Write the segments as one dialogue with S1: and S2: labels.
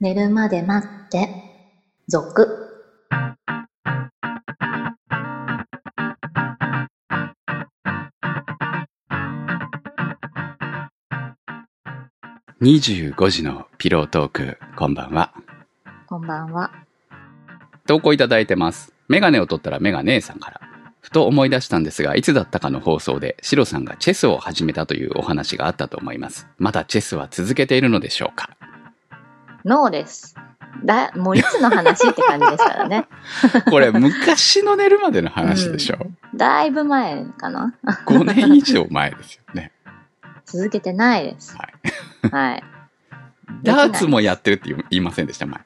S1: 寝るまで待って、続。
S2: 25時のピロートーク、こんばんは。
S1: こんばんは。
S2: 投稿いただいてます。メガネを取ったらメガネーさんから。ふと思い出したんですが、いつだったかの放送で、シロさんがチェスを始めたというお話があったと思います。まだチェスは続けているのでしょうか
S1: ノーです。だ、もういつの話って感じですから ね。
S2: これ、昔の寝るまでの話でしょ、
S1: だいぶ前かな
S2: ?5 年以上前ですよね。
S1: 続けてないです。
S2: は
S1: はい。
S2: ダーツもやってるって言い言いませんでした、前。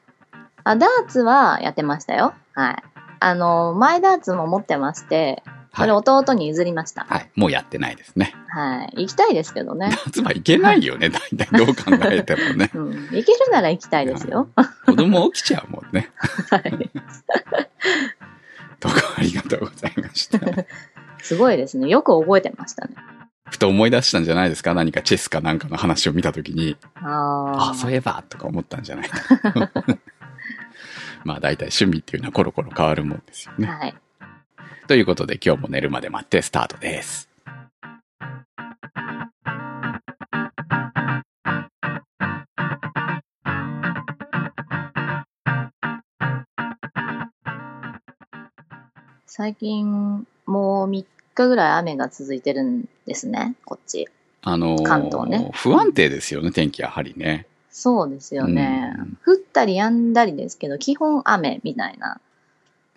S1: あ、ダーツはやってましたよ。はい。あの、前ダーツも持ってまして、それ
S2: はい。
S1: 弟に譲りました。
S2: はい。もうやってないですね。
S1: はい。行きたいですけどね。。
S2: つまりいけないよね、大体どう考えてもね
S1: うん。行けるなら行きたいですよ。
S2: 子供起きちゃうもんね。
S1: はい。
S2: とかありがとうございました。
S1: すごいですね。よく覚えてましたね。
S2: ふと思い出したんじゃないですか何かチェスかなんかの話を見たときに、
S1: あ
S2: あ
S1: あ。
S2: そういえばとか思ったんじゃないか なまあ大体趣味っていうのはコロコロ変わるもんですよね。
S1: はい。
S2: ということで今日も寝るまで待ってスタートです。
S1: 最近、もう3日ぐらい雨が続いてるんですね。こっち。
S2: あのー
S1: 関東ね
S2: 不安定ですよね、天気やはりね。
S1: そうですよね。降ったり止んだりですけど、基本雨みたいな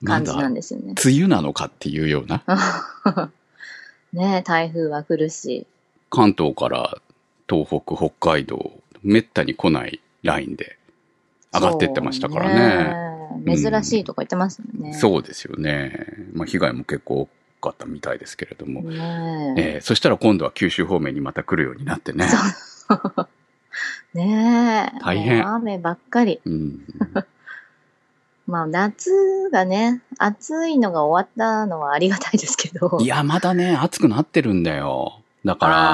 S2: な
S1: 感
S2: んだ、
S1: じなん
S2: 梅
S1: ですよね。
S2: 雨なのかっていうような、
S1: ねえ台風は来るし。
S2: 関東から東北、北海道、めったに来ないラインで上がってってましたからね。
S1: そうね珍しいとか言ってますよね。
S2: そうですよね。まあ、被害も結構多かったみたいですけれども。
S1: ねえ。
S2: えーそしたら今度は九州方面にまた来るようになってね。
S1: ねえ。
S2: 大変
S1: もう雨ばっかり。
S2: うん、
S1: まあ、夏がね、暑いのが終わったのはありがたいですけど。
S2: いや、まだね、暑くなってるんだよ。だから、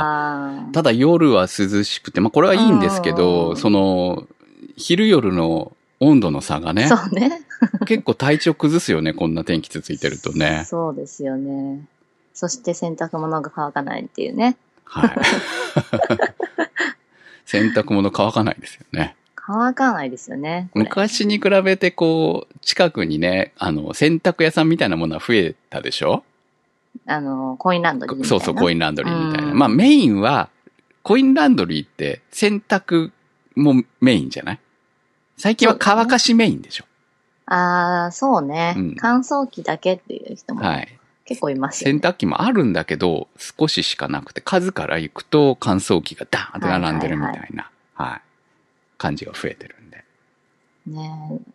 S1: あー
S2: ただ夜は涼しくて、まあこれはいいんですけ
S1: うん
S2: ど、その、昼夜の温度の差がね、
S1: そうね。
S2: 結構体調崩すよね、こんな天気続いてるとね。
S1: そうですよね。そして洗濯物が乾かないっていうね。
S2: はい。 洗濯物乾かないですよね。
S1: 乾かないですよね。これ
S2: 昔に比べてこう、近くにね、あの、洗濯屋さんみたいなものは増えたでしょ
S1: あの、コインランドリーみたい
S2: そう
S1: な。
S2: そう、コインランドリーみたいな。
S1: うん
S2: まあメインは、コインランドリーって洗濯もメインじゃない最近は乾かしメインでしょ。
S1: ああ、そうね、
S2: うん
S1: 乾燥機だけっていう人も
S2: はい。
S1: 結構いますよ、
S2: 洗
S1: ね
S2: 濯機もあるんだけど、少ししかなくて、数から行くと乾燥機がダーンって並んでるみたいな、はい。感じが増えてるんで。
S1: ねえ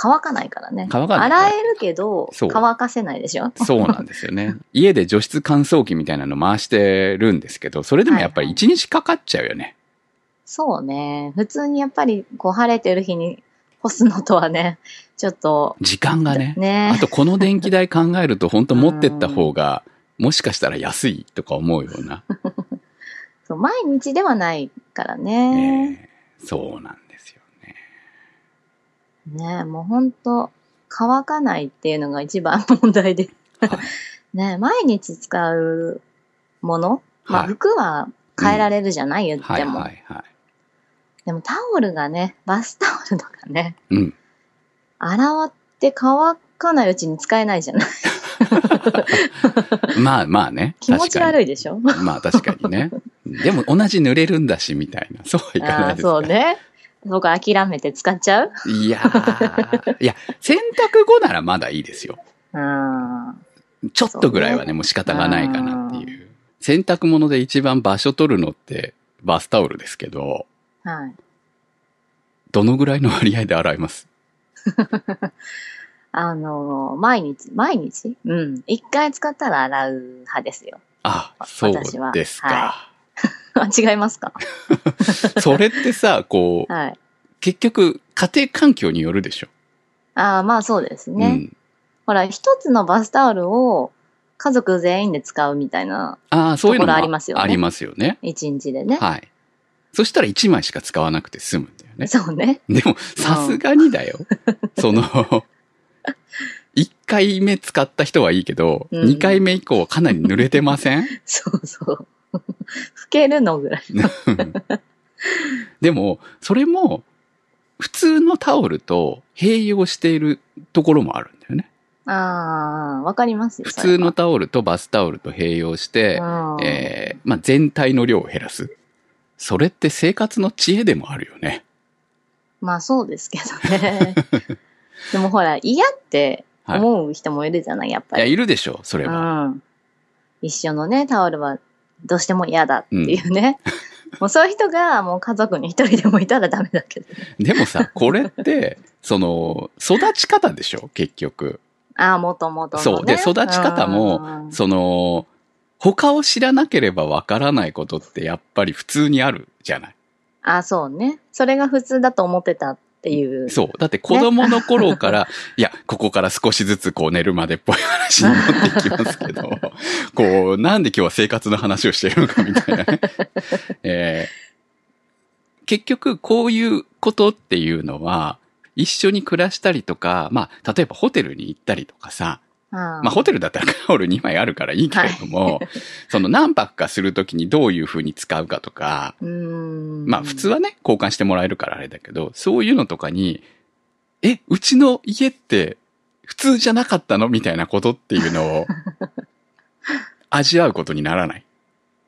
S1: 乾かないからね。
S2: 乾かない
S1: 洗えるけど
S2: そ、う
S1: 乾かせないでしょ
S2: そうなんです よね。家で除湿乾燥機みたいなの回してるんですけど、それでもやっぱり一日かかっちゃうよね。
S1: そうね。普通にやっぱり、こう、晴れてる日に干すのとはね、ちょっと、
S2: 時間が ね。
S1: ね
S2: あとこの電気代考えると本当持ってった方が、もしかしたら安いとか思うような。
S1: そう毎日ではないからね。
S2: ねえそうなんですよね。
S1: ねえもうほんと、乾かないっていうのが一番問題で。
S2: はい
S1: ねえ毎日使うもの、まあ、
S2: はい
S1: 服は変えられるじゃない、言っても。
S2: はいはいはい。
S1: でもタオルがね、バスタオルとかね、
S2: うん。
S1: 洗って乾かないうちに使えないじゃない。
S2: まあまあね。
S1: 気持ち悪
S2: い。
S1: いでしょ
S2: まあ確かにね。でも同じ濡れるんだしみたいな。そうはいか
S1: あ
S2: な
S1: あ
S2: い
S1: ー、
S2: ですか
S1: そうね。僕諦めて使っちゃう
S2: いやーいや、洗濯後ならまだいいですよ。
S1: うん。
S2: ちょっとぐらいはね、もう仕方がないかなっていう。洗濯物で一番場所取るのってバスタオルですけど、
S1: はい。
S2: どのぐらいの割合で洗います
S1: あのー、毎日、毎日うん。一回使ったら洗う派ですよ。
S2: あ、
S1: わ
S2: そう
S1: 私は
S2: ですか。
S1: はあ違いますか
S2: それってさ、こ う、
S1: はい。
S2: 結局、家庭環境によるでしょ。
S1: ああ、まあそうですね。
S2: うん。
S1: ほら、一つのバスタオルを家族全員で使うみたいな、
S2: ああ、そういう
S1: とこ
S2: の
S1: ろ
S2: も
S1: ありますよね
S2: ありますよね。
S1: 一日でね。
S2: はい。そしたら1枚しか使わなくて済むんだよね。
S1: そうね。
S2: でも、さすがにだよ。その、1回目使った人はいいけど、
S1: うん
S2: 2回目以降はかなり濡れてません
S1: そうそう。拭けるのぐらい。
S2: でも、それも、普通のタオルと併用しているところもあるんだよね。
S1: ああ、わかりますよ。
S2: 普通のタオルとバスタオルと併用して、
S1: うん
S2: えーまあ、全体の量を減らす。それって生活の知恵でもあるよね。
S1: まあそうですけどね。 でもほら、嫌って
S2: はい。い
S1: 思う人もいるじゃない、やっぱ
S2: や、
S1: り。
S2: いるでしょ、それ
S1: う
S2: は。
S1: ん。一緒のね、タオルはどうしても嫌だっていうね。 もうそういう人がもう家族に一人でもいたらダメだけど。
S2: でもさ、これ って、その、育ち方でしょ、結局。
S1: ああ、もともとの、ね。
S2: そうで育ち方も
S1: うん
S2: その、他を知らなければわからないことってやっぱり普通にあるじゃない。
S1: ああ、そうね。それが普通だと思ってたっていう。
S2: そう。だって子供の頃から、いや、ここから少しずつこう寝るまでっぽい話になっていきますけど、こう、なんで今日は生活の話をしてるのかみたいなね。えー結局、こういうことっていうのは、一緒に暮らしたりとか、まあ、例えばホテルに行ったりとかさ、
S1: ああ
S2: まあ、ホテルだったらカオル2枚あるからいいけれども、その何泊かするときにどういう風に使うかとか、
S1: うーん。
S2: まあ普通はね、交換してもらえるからあれだけど、そういうのとかに、え、うちの家って普通じゃなかったのみたいなことってい うのを味わうことにならない。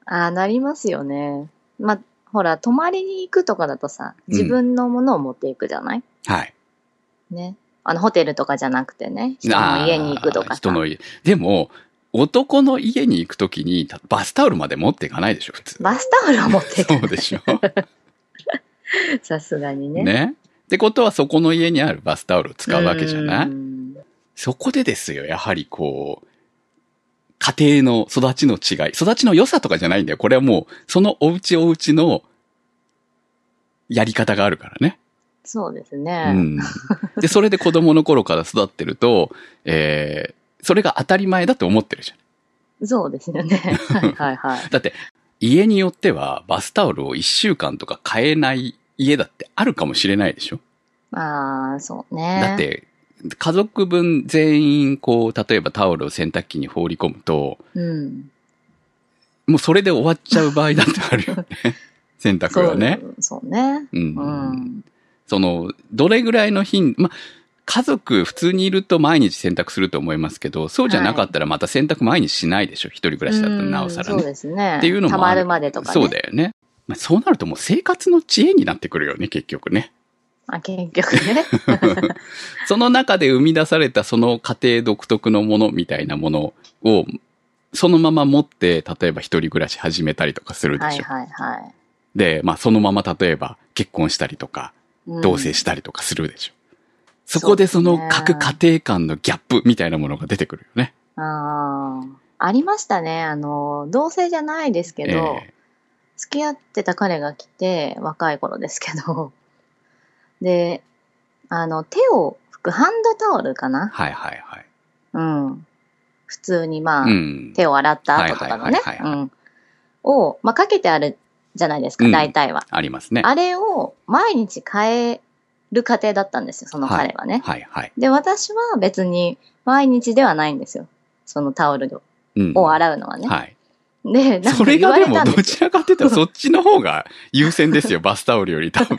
S1: ああ、なりますよね。まあ、ほら、泊まりに行くとかだとさ、自分のものを持っていくじゃない、
S2: はい。
S1: ね。あの、ホテルとかじゃなくてね、人の家に行くと
S2: あ
S1: か
S2: ー
S1: さ。
S2: 人の家。でも、男の家に行くときにたバスタオルまで持っていかないでしょ、普通。
S1: バスタオルを持ってい
S2: そう
S1: く。
S2: でしょ。
S1: さすがにね。
S2: ね。ってことはそこの家にあるバスタオルを使うわけじゃないう
S1: ーん
S2: そこでですよ、やはりこう、家庭の育ちの違い、育ちの良さとかじゃないんだよ。これはもう、そのおうちおうちのやり方があるからね。
S1: そうです
S2: う
S1: ね。
S2: ん。で、それで子供の頃から育ってると、えー、それが当たり前だって思ってるじゃん。
S1: そうです よね。はいはいはい。
S2: だって、家によってはバスタオルを一週間とか買えない家だってあるかもしれないでしょ
S1: ああ、そうね。
S2: だっ。て、家族分全員こう、例えばタオルを洗濯機に放り込むと、
S1: うん。
S2: もうそれで終わっちゃう場合だってあるよね。選択はね。
S1: そう。そうね。
S2: う
S1: う
S2: ん
S1: ん。
S2: その、どれぐらいの頻ま、家族普通にいると毎日洗濯すると思いますけど、そうじゃなかったらまた洗濯毎日しないでしょ。一人暮らしだったらなおさら
S1: うんそう
S2: ね。
S1: ですね。
S2: っていうのもあ
S1: た
S2: る
S1: まるまでとかね。
S2: そうだよね。まあ、そうなるともう生活の知恵になってくるよね、結局ね。
S1: あ、結局 ね。
S2: その中で生み出されたその家庭独特のものみたいなものを、そのまま持って、例えば一人暮らし始めたりとかするでしょ。
S1: はいはいはい。
S2: で、まあそのまま例えば結婚したりとか、
S1: うん
S2: 同棲したりとかするでしょ。そこでその各家庭間のギャップみたいなものが出てくるよね。
S1: あーありましたね。あの、同棲じゃないですけど、
S2: え
S1: 付き合ってた彼が来て、若い頃ですけど、で、あの、手を拭くハンドタオルか
S2: え
S1: な
S2: はいはいはい。
S1: うん。普通に、まあ、
S2: うん。
S1: 手を洗った後とかのね
S2: はい、は
S1: う
S2: いはい
S1: ん。を、まあ、かけてあるじゃないですか、
S2: うん
S1: 大体は。
S2: ありますね。
S1: あれを毎日変える過程だったんですよ、その彼はね。
S2: はいはい。
S1: で、私は別に毎日ではないんですよ。そのタオルを
S2: うん。
S1: を洗うのはね。
S2: はい。
S1: で、なん
S2: そ
S1: か
S2: れ
S1: 言
S2: が
S1: わ
S2: で
S1: れ
S2: も
S1: たん
S2: ど
S1: です
S2: ちらかって言ったらそっちの方が優先で すよ。バスタオルより多分。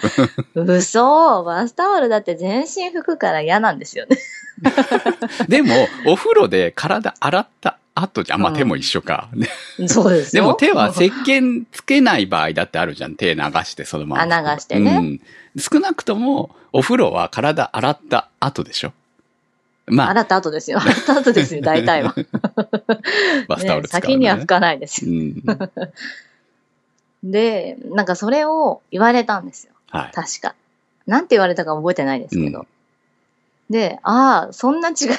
S1: よ。嘘バスタオルだって全身拭くから嫌なんですよ ね。
S2: でも、お風呂で体洗った後じゃん。まあ手も一緒か。
S1: そうです
S2: で
S1: よ。
S2: も手は石鹸つけない場合だってあるじゃん。手流してそのまま。
S1: あ流してね
S2: うん。少なくともお風呂は体洗った後でしょ。まあ、
S1: 洗った後ですよ。洗った後ですよ、大体は。
S2: バスタオル使う、ね。
S1: 先には拭かないです
S2: う
S1: よ。
S2: ん。
S1: で、なんかそれを言われたんですよ。
S2: はい。
S1: 確か。なんて言われたか覚えてないですけど。
S2: う
S1: で、ああ、そんな違いが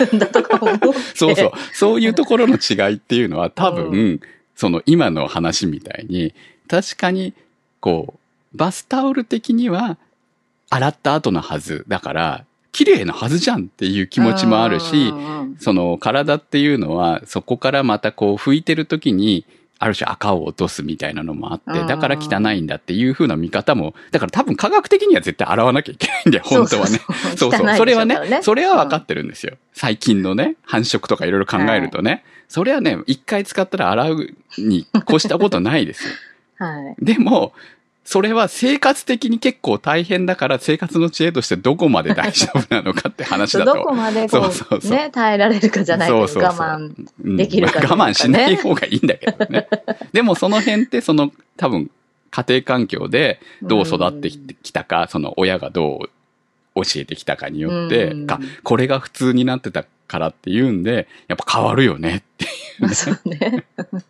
S1: あるんだとか思って。
S2: そ うそう。そういうところの違いっていうのは多分、
S1: う
S2: その今の話みたいに、確かに、こう、バスタオル的には洗った後のはず。だから、綺麗なはずじゃんっていう気持ちもあるし、
S1: うんうんうん
S2: その体っていうのはそこからまたこう拭いてる時にある種赤を落とすみたいなのもあって、
S1: うん
S2: だから汚いんだっていう風な見方も、だから多分科学的には絶対洗わなきゃいけないんだよ、本当はね。そうそう。それはね、それは分かってるんですよ。最近のね、繁殖とかいろいろ考えるとね、それはね、一回使ったら洗うに越したことないですよ。
S1: て。はい。
S2: でも、それは生活的に結構大変だから、生活の知恵としてどこまで大丈夫なのかって話
S1: そう
S2: だ
S1: ど
S2: と。
S1: こまでこう
S2: そうそうそう
S1: ね、耐えられるかじゃないけど
S2: そうそうそう
S1: 我慢。
S2: うん
S1: できるかどうかね
S2: 我慢しない方がいいんだけど ね。でもその辺って、その多分、家庭環境でどう育ってきたか、その親がどう教えてきたかによって、
S1: うん
S2: か、これが普通になってたからっていうんで、やっぱ変わるよねって。
S1: まあそうね。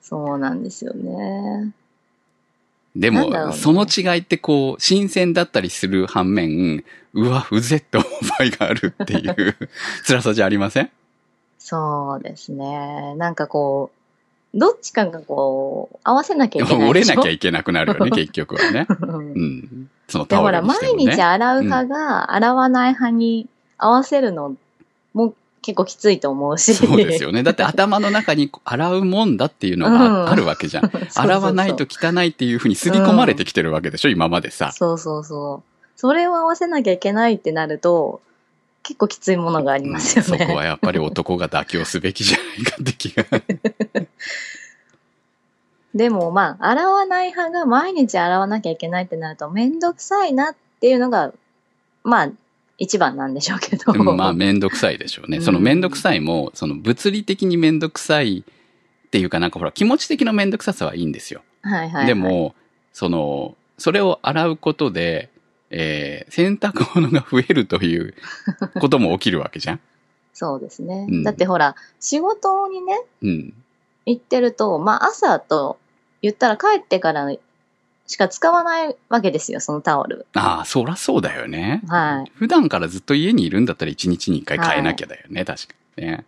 S1: そうなんですよね。
S2: で
S1: なんだろう
S2: も、
S1: ね
S2: その違いってこう、新鮮だったりする反面、うわ、うぜって思う場合があるっていう 辛さじゃありません
S1: そうですね。なんかこう、どっちかがこう、合わせなきゃいけない
S2: 折
S1: で
S2: れ
S1: し
S2: な
S1: ょ。
S2: きゃいけなくなるよね、結局はね。
S1: うん
S2: うん。その
S1: で
S2: タ
S1: も
S2: オ
S1: ほ
S2: ル
S1: ら、
S2: にして
S1: 毎
S2: も、ね。
S1: 日洗う派が、洗わない派に合わせるのも結構きついと思うし。
S2: そうで すよね。だって頭の中に洗うもんだっていうのが
S1: うん
S2: ああるわけじゃん。
S1: そうそうそう。
S2: 洗わないと汚いっていうふうに刷り込まれてきてるわけでしょ、今までさ。
S1: そうそうそう。それを合わせなきゃいけないってなると、結構きついものがありますよ
S2: うんそこ
S1: ね。
S2: はやっぱり男が妥協すべきじゃないかって気が。
S1: でもまあ、洗わない派が毎日洗わなきゃいけないってなると、めんどくさいなっていうのが、まあ、一番なんでしょうけど。
S2: う んまあ、めんどくさいでしょうね。
S1: うん
S2: そのめんどくさいも、その物理的にめんどくさいっていうかなんかほら、気持ち的なめんどくささはいいんですよ。
S1: はいはいはい。
S2: で、も、その、それを洗うことで、えー洗濯物が増えるということも起きるわけじゃん。
S1: そうですね。
S2: うん
S1: だってほら、仕事にね、
S2: うん。
S1: 行ってると、まあ朝と言ったら帰ってからしか使わないわけですよ、そのタオル。
S2: ああ、そらそうだよね。
S1: はい。
S2: 普段からずっと家にいるんだったら一日に一回変えなきゃだよね、確かにね。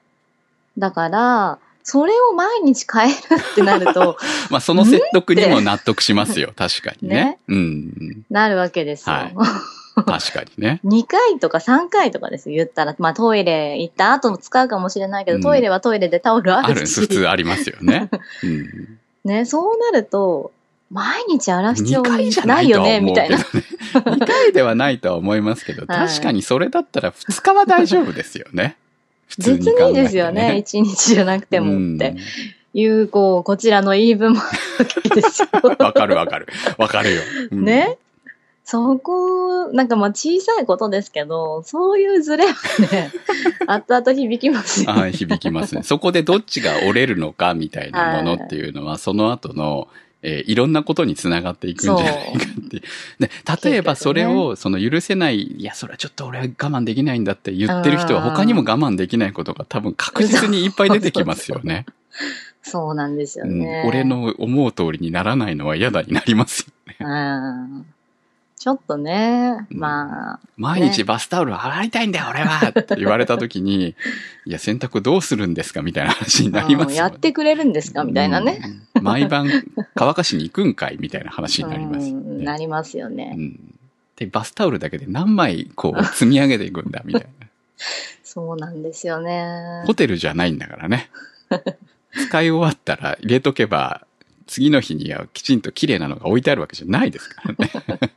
S1: だから、それを毎日変えるってなる と、
S2: まあその説得にも納得しますよ、確かにね。
S1: ね
S2: うん、
S1: なるわけですよ。
S2: は確かにね。
S1: 2回とか3回とかですよ、言ったら。まあトイレ行った後も使うかもしれないけど、
S2: うん
S1: トイレはトイレでタオルあ
S2: あ
S1: る
S2: る、
S1: し。
S2: 普通ありますよ ね。うん。
S1: ね、そうなると、毎日洗う必要
S2: 2回じゃな
S1: ない
S2: いと
S1: よ
S2: は思
S1: ね、
S2: うけ
S1: み
S2: ど
S1: たいな
S2: ね。。2回 ではないとは思いますけど、
S1: はい
S2: 確かにそれだったら2日は大丈夫ですよね。普通に
S1: 別
S2: 考えて、
S1: にいい ですよね、1日じゃなくてもって。いう、こう、こちらの言い分もあるわけですよ。
S2: うんわかるわかる。わかるよ。うん
S1: ね。そこ、なんかまあ小さいことですけど、そういうズレはね、後々響きますよ
S2: は
S1: ね。
S2: い、響きま すね。そこでどっちが折れるのかみたいなものっていうのは、その後の、えーいろんなことにつながっていくんじゃないかっていう。で例えばそれを、その許せない、いや、それはちょっと俺は我慢できないんだって言ってる人は、
S1: うん
S2: 他にも我慢できないことが多分確実にいっぱい出てきますよね。
S1: そうなんですよ
S2: うん
S1: ね。
S2: 俺。の思う通りにならないのは嫌だになりますよね。
S1: うん。ちょっとね、
S2: うん
S1: まあ、
S2: 毎日バスタオル洗いたいんだよ、俺はって言われた時に、いや、洗濯どうするんですかみたいな話になりますよ
S1: うん
S2: ね。
S1: やってくれるんですかみたいなね。
S2: うん。毎晩乾かしに行くんかいみたいな話になります よ
S1: うん
S2: ね。
S1: なりますよね。
S2: うんで、バスタオルだけで何枚こう積み上げていくんだみたい
S1: そうなんですよね
S2: な。。ホテルじゃないんだか らね。使い終わったら入れとけば、次の日にはきちんと綺麗なのが置いてあるわけじゃないで すからね。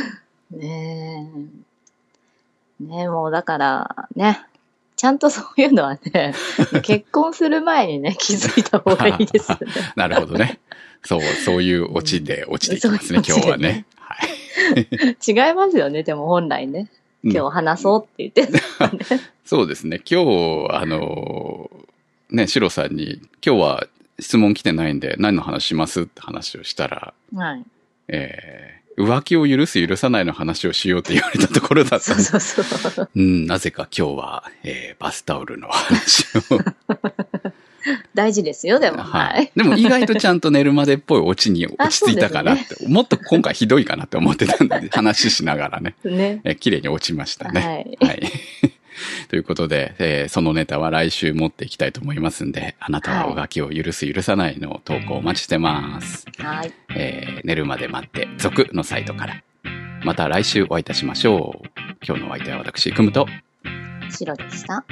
S1: ねえ。ねえ、もうだから、ね。ちゃんとそういうのは ね、結婚する前にね、気づいた方がいいですよね。
S2: なるほどね。そう、そういうオチで落ちていきますね、
S1: うんそう
S2: 今
S1: いうオチで
S2: 日はね。はい。
S1: 違いますよね、でも本来ね。
S2: うん
S1: 今日話そうって言って るのね。
S2: そうですね。今日、あのー、ね、シロさんに、今日は質問来てないんで、何の話しますって話をしたら、
S1: はい。
S2: えー浮気を許す許さないの話をしようって言われたところだった
S1: そ
S2: ん
S1: う
S2: で
S1: そうそう。
S2: うん、なぜか今日は、えーバスタオルの話を。
S1: 大事ですよ、 でも。
S2: は
S1: はい
S2: い。。でも意外とちゃんと寝るまでっぽいオチに落ち着いたかなって、もっと今回ひどいかなって思ってたんで、 話しながらね、
S1: ね。
S2: えー綺麗に落ちましたね。
S1: はい。
S2: はい。 ということで、えーそのネタは来週持っていきたいと思いますんで、あなたはおがきを許す許さないの投稿お待ちしてます。
S1: はい。
S2: えー寝るまで待って、続のサイトから。また来週お会いいたしましょう。今日のお相手は私、くむと。
S1: 白でした。